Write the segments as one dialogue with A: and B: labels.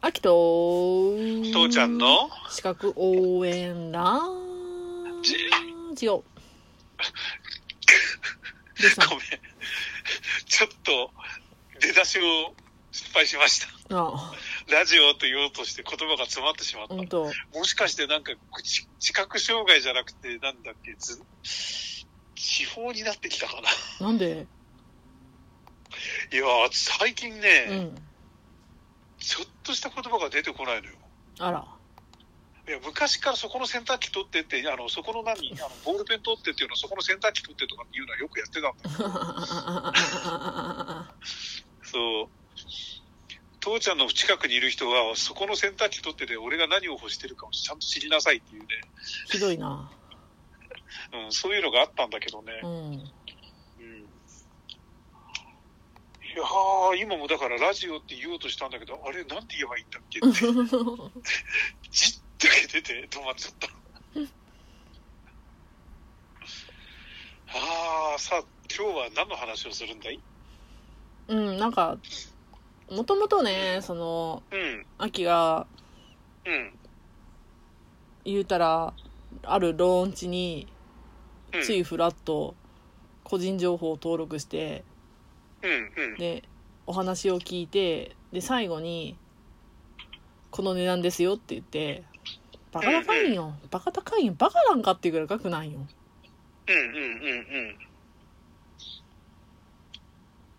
A: 秋と、
B: 父ちゃんの
A: 資格応援ラジオ。どうした
B: ごめん。ちょっと、出だしを失敗しました。
A: のあ
B: ラジオと言おうとして言葉が詰まってしまっ
A: あ、
B: た
A: ほん。と。
B: もしかしてなんか、知知覚障害じゃなくて、なんだっけ、ず、地方になってきたかな。
A: なんで
B: いやー、最近ね、
A: うん。
B: ちょっとした言葉が出てこないのよ。
A: あら。
B: いや昔からそこの洗濯機取ってって、あのそこの何、あのボールペン取ってっていうのは、そこの洗濯機取ってとかっていうのはよくやってたんだけどそう。父ちゃんの近くにいる人は、そこの洗濯機取ってで、俺が何を干してるかをちゃんと知りなさいっていうね、
A: ひどいな。
B: うん、そういうのがあったんだけどね
A: う。ん。
B: うん、いやー、今もだからラジオって言おうとしたんだけど、あれ、なんて言えばいいんだっけって、じっとけ出て止まっちゃった。あー、さあ、今日は何の話をするんだい
A: うん、なんか、もともとね、その、
B: うん、
A: 秋が
B: うん、
A: 言うたら、あるローンチに、
B: うん、
A: ついフラッと個人情報を登録して、
B: うん、うん、
A: でお話を聞いてで最後に「この値段ですよ」って言って「バカ高いんよバカ高いんよバカなんか」っていうぐらい額ないんよ
B: うん、うん、うん、うん。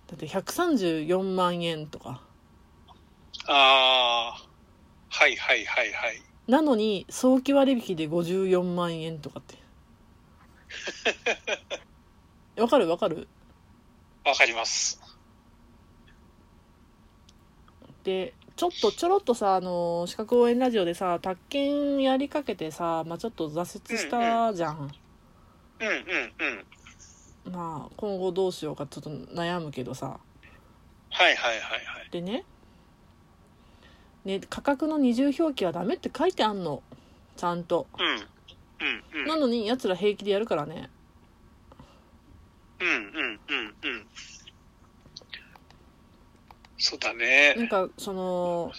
A: だって134万円とか
B: ああ、はいはいはいはい。
A: なのに早期割引で54万円とかって わかるわかる
B: わかります。
A: でちょっとちょろっとさあの資格応援ラジオでさ宅建やりかけてさ、まあ、ちょっと挫折したじゃん、
B: うんうんうん。
A: まあ今後どうしようかちょっと悩むけどさ
B: はいはいはいはい。
A: でねね価格の二重表記はダメって書いてあんのちゃんと
B: うん。うんう。
A: なんのにやつら平気でやるからね
B: うんうんうんうん。そうだね。
A: なんかその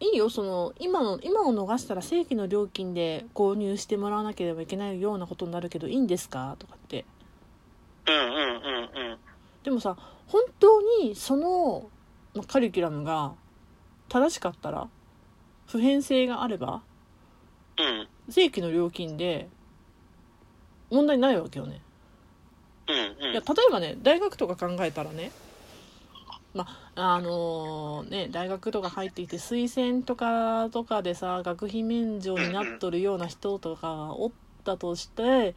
A: いいよその今の今を逃したら正規の料金で購入してもらわなければいけないようなことになるけどいいんですかとかって
B: うんうんうんうん。
A: でもさ本当にそのまあカリキュラムが正しかったら普遍性があれば
B: うん
A: 正規の料金で問題ないわけよね
B: うん
A: い
B: うん
A: や。例えばね大学とか考えたらねまああのね大学とか入ってきて推薦とかとかでさ学費免除になっとるような人とかがおったとして、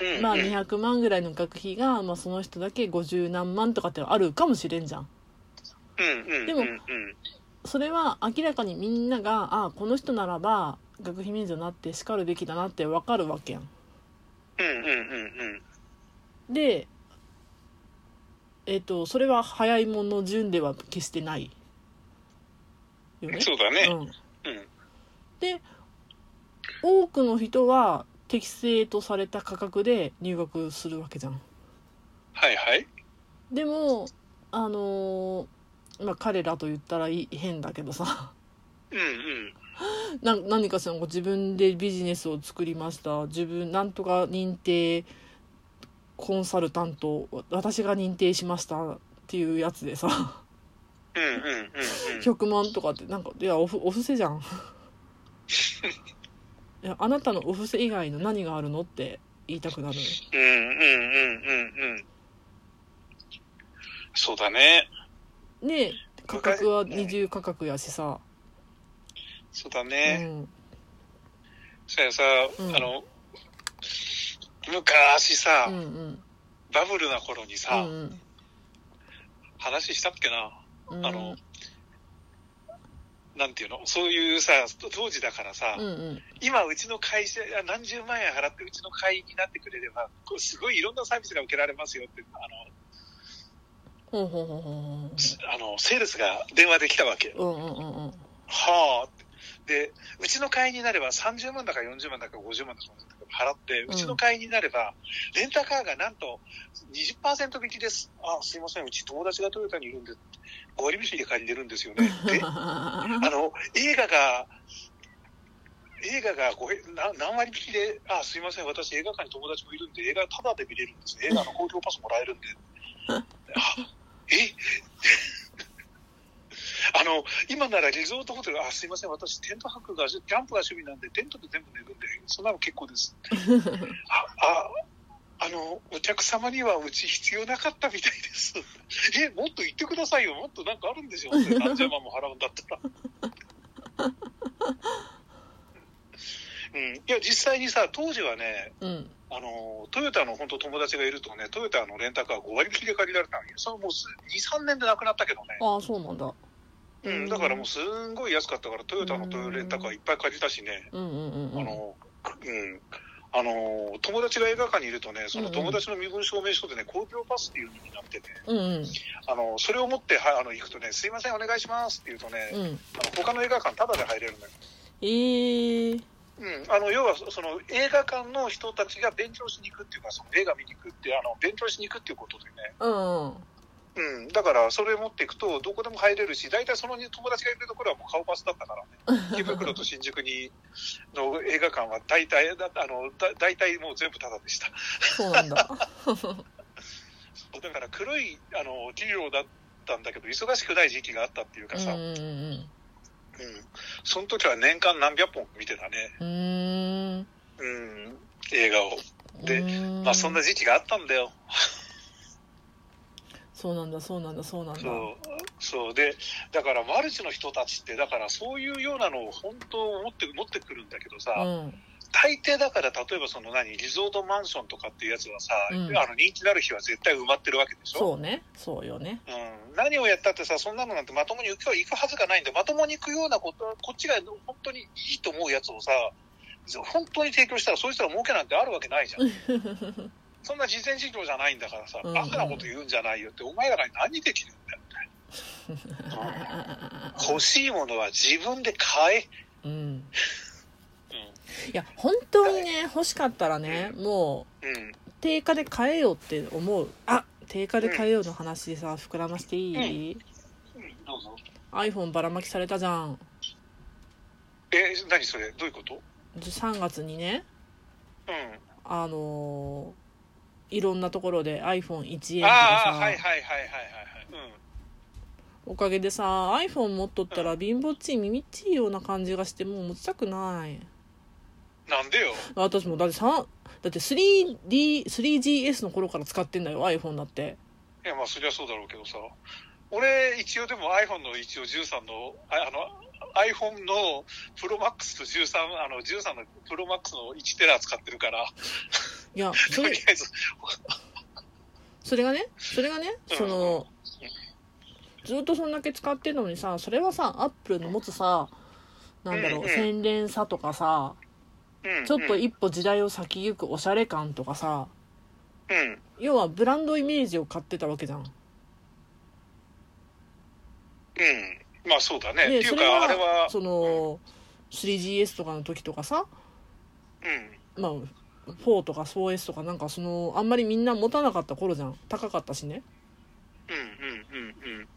B: うん
A: まあ、
B: うん
A: 200万ぐらいの学費が、まあ、その人だけ50何万とかってあるかもしれんじゃん。
B: うんうん
A: でも
B: うんうん
A: それは明らかにみんながああこの人ならば学費免除になってしかるべきだなってわかるわけやん。
B: うんうんうんうん。
A: でえっ、とそれは早いもの順では決してないよね。
B: そうだね。
A: うん、
B: うん
A: で多くの人は適正とされた価格で入学するわけじゃん。
B: はいはい。
A: でもあのーまあ彼らと言ったらい変だけどさ
B: うんうん。
A: な何かしらこう自分でビジネスを作りました自分なんとか認定コンサルタント私が認定しましたっていうやつでさ。
B: うんうんうんうん。
A: 100万とかってなんかいやおふお布施じゃんいやあなたのお布施以外の何があるのって言いたくなる
B: うんうんうんうんうん。そうだね。
A: で価格は
B: 昔
A: 二重価格やしさ、
B: そうだ
A: う
B: ね。
A: ん、
B: そやさ、
A: うん
B: あの、昔さ、
A: うんうん
B: バブルな頃に
A: う
B: さ、
A: ん
B: 話したっけな、
A: うん
B: あの、なんていうのそういうさ、当時だからさ、
A: うんうん
B: 今うちの会社、あ何十万円払ってうちの会員になってくれれば、こうすごいいろんなサービスが受けられますよって、あの、
A: ほんほんほんほんほん
B: すあのセールスが電話できたわけ。
A: うんうんうんうん
B: はあってで、うちの会員になれば30万だか40万だか50万だか払って、うちの会員になれば、レンタカーがなんと20%引きです。あ、すいません、うち友達がトヨタにいるんで、5割引きで借りてるんですよね。で、あの、映画が、映画がごへな何割引きで、あ、すいません、私映画館に友達もいるんで、映画タダで見れるんです。映画の公共パスもらえるんで。あえ あの、今ならリゾートホテル、あ、すいません、私テント泊が、キャンプが趣味なんで、テントで全部寝るんで、そんなの結構です。あ、あ、あの、お客様にはうち必要なかったみたいです。え、もっと言ってくださいよ。もっとなんかあるんでしょって何十万も払うんだったら。うん、いや、実際にさ、当時はね、
A: うん
B: あの、トヨタの本当友達がいるとね、トヨタのレンタカー5割引きで借りられたのよ。それもうす2、3年でなくなったけどね。
A: ああそうなんだ
B: うん、だからもうすんごい安かったから、トヨタのトヨレンタカーいっぱい借りたしね。
A: うんうんうんうん
B: あの、うん。あの、友達が映画館にいるとね、その友達の身分証明書でね、公共パスっていうのになってて、
A: うんうん
B: あの、それを持って、はい、あの、行くとね、すいません、お願いしますって言うとね、
A: うん
B: あの他の映画館タダで入れるのよ。
A: えー、
B: うん。あの、要は、そその映画館の人たちが勉強しに行くっていうか、その映画見に行くって、あの、勉強しに行くっていうことでね、
A: うんうん
B: うん。だから、それ持っていくと、どこでも入れるし、大体その友達がいるところはもう顔パスだったからね。池袋と新宿に、の映画館は大体、だあの、だ大体もう全部タダでした。
A: そうなんだ
B: だから黒いあの企業だったんだけど忙しくない時期があったっていうか
A: うん
B: さ、
A: う
B: うん
A: んうん
B: その時は年間何百本見てたね、
A: うーん
B: うん、映画を、で
A: うー
B: まあ、そんな時期があったんだよ、
A: そうなんだそうなんだそうなんだ
B: そうそうでだからマルチの人たちってだからそういうようなのを本当持って持ってくるんだけどさ、
A: うん
B: 大抵だから例えばその何リゾートマンションとかっていうやつはさ、
A: うん
B: あの人気のある日は絶対埋まってるわけでしょ
A: そうねそうよね
B: うん何をやったってさ、そんなのなんてまともに行く行くはずがないんで、まともに行くようなこと、こっちが本当にいいと思うやつをさ、本当に提供したら、そういう人は儲けなんてあるわけないじゃ ん。そんな事前事業じゃないんだからさ、
A: うんうん
B: バカなこと言うんじゃないよって、お前らに何できるんだよ。 欲しいものは自分で買え。
A: うん
B: う
A: いや本当にね欲しかったらねも
B: ん。うん。
A: う定価で買えよって思うあ定価で買えよの話でさ膨らましていい、
B: うんどうぞ。
A: iPhone ばらまきされたじゃん
B: え、何それどういうこと
A: 3月にね
B: うん。
A: あのーいろんなところで iPhone1 円とか
B: ああ、
A: さ、
B: はいはいはいはいはいはい。
A: おかげでさ iPhone 持っとったら貧乏っちい耳っちいような感じがしてもう持ちたくない
B: うん。なんでよ。
A: 私もだってさだって 3D 3GS の頃から使ってんだよ iPhone だって
B: いや、まあ、そりゃそうだろうけどさ。俺、一応でも iPhone の一応13の、ああの、iPhone の Pro Max と13、あの、13の Pro Max の1テラ使ってるから、
A: いやそ
B: と
A: れ
B: りあえず、
A: それがねそれがね
B: うん
A: そのずっとそんだけ使ってんのにさそれはさアップルの持つさなんだろ
B: うんう
A: うん洗練さとかさ
B: うん
A: ちょっと一歩時代を先行くおしゃれ感とかさ
B: うん。
A: 要はブランドイメージを買ってたわけじゃん
B: うん。まあ、そうだね。
A: で
B: ってい
A: そうれ
B: か、あれは
A: は、その 3GS とかの時とかさ
B: うん。
A: まあ4とか 4S とかなんかそのあんまりみんな持たなかった頃じゃん高かったしね
B: うん、うん、うん、うん。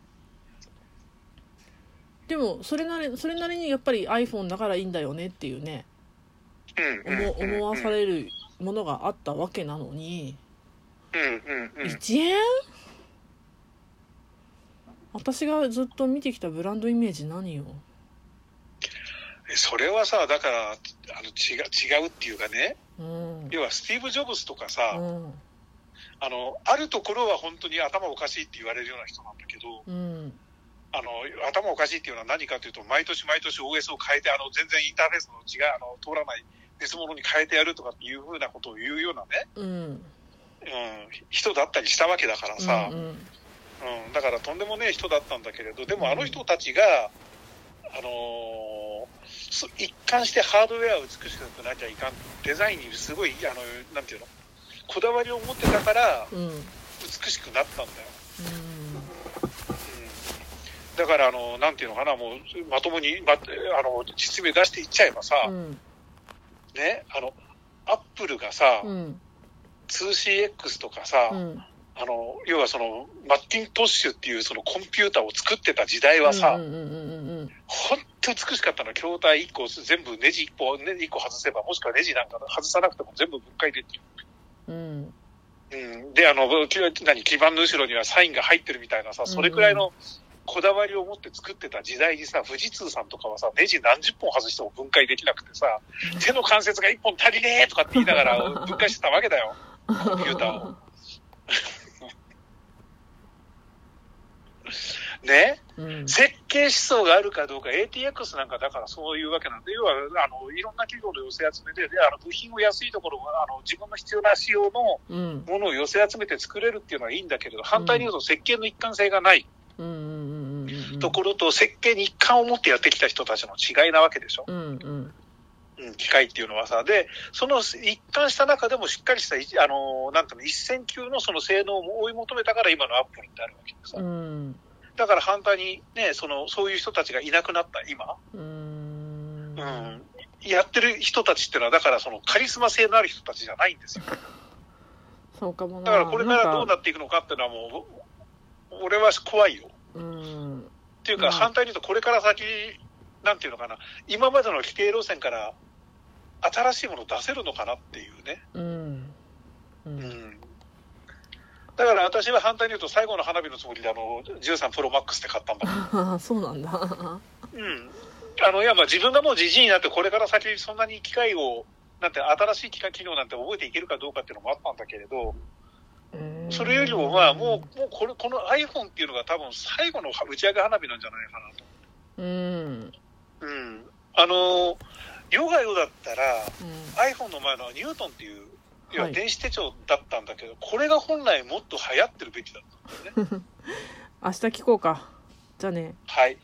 A: でもそれなりそれなりにやっぱり iPhone だからいいんだよねっていうね思
B: うん。
A: 思わされ
B: れ
A: るものがあったわけなのに、
B: うん、うん、うん。
A: 1円私がずっと見てきたブランドイメージ何よ
B: えそれはさ、だから、あの、違う、違うっていうかね、
A: うん
B: 要はスティーブ・ジョブズとかさ、
A: うん
B: あの、あるところは本当に頭おかしいって言われるような人なんだけど、
A: うん
B: あの、頭おかしいっていうのは何かというと、毎年毎年 OS を変えて、あの、全然インターフェースの違う、あの、通らない別物に変えてやるとかっていうふうなことを言うような
A: うん
B: ね、うん、人だったりしたわけだからさ、
A: う
B: うん
A: うん
B: だからとんでもねえ人だったんだけれど、で
A: う
B: も
A: ん
B: あの人たちが、あのーそ一貫してハードウェアを美しくなきゃいかん、デザインにすごい、あの、なんていうの、こだわりを持ってたから、
A: うんうん
B: 美しくなったんだよ。だから、あの、なんていうのかな、もう、まともに、ま、あの、実名出していっちゃえばさ、
A: うん
B: ね、あの、アップルがさ、
A: うん
B: 2CX とかさ、
A: うん
B: あの、要はその、マッティントッシュっていうそのコンピューターを作ってた時代はさ、
A: うんうんうんうんうん
B: ほんと美しかったの。筐体1個、全部ネジ1個、ネジ1個外せば、もしくはネジなんか外さなくても全部分解できる。
A: うん
B: うん。で、あの、き何、基板の後ろにはサインが入ってるみたいなさ、それくらいのこだわりを持って作ってた時代にさ、富士通さんとかはさ、ネジ何十本外しても分解できなくてさ、手の関節が1本足りねえとかって言いなが ら分解してたわけだよ。コンピュータ ーを。ね
A: うん
B: 設計思想があるかどうか、ATX なんかだからそういうわけなんで、要はあのいろんな企業の寄せ集めで、であの部品を安いところあの、自分の必要な仕様のも
A: うん
B: のを寄せ集めて作れるっていうのはいいんだけれど、反対に言うと、設計の一貫性がない
A: うんうんうんうん
B: ところと、設計に一貫を持ってやってきた人たちの違いなわけでしょ、
A: うんうん
B: うん、機械っていうのはさ、で、その一貫した中でもしっかりしたい、あのなんていうの、一線級のその性能を追い求めたから、今のアップルになるわけでさ
A: う、ん
B: だから反対にね、そのそういう人たちがいなくなった、今。
A: うん
B: うんやってる人たちっていうのは、だからそのカリスマ性のある人たちじゃないんですよ。
A: そうかもな
B: だからこれからど
A: な
B: う
A: んか
B: なっていくのかっていうのはもう、俺は怖いよ。
A: うん
B: っていう
A: う
B: か
A: ん
B: 反対に言うとこれから先、なんていうのかな、今までの規定路線から新しいものを出せるのかなっていうね。
A: うんう
B: うんん。だから私は反対に言うと最後の花火のつもりであの13プロマックスで買ったんだけど。
A: あそうなんだ
B: うん。あの、いやまあ自分がもうじじいになってこれから先そんなに機械を、なんて新しい機械機能なんて覚えていけるかどうかっていうのもあったんだけれど、それよりもまあもう、もうこれ、この iPhone っていうのが多分最後の打ち上げ花火なんじゃないかなと。
A: うんうん
B: うん。あのー、世が世だったら
A: うん
B: iPhone の前のニュートンっていう、いや
A: はい
B: 電子手帳だったんだけど、これが本来もっと流行ってるべきだったんだよね。
A: 明日聞こうかじゃあね
B: はい。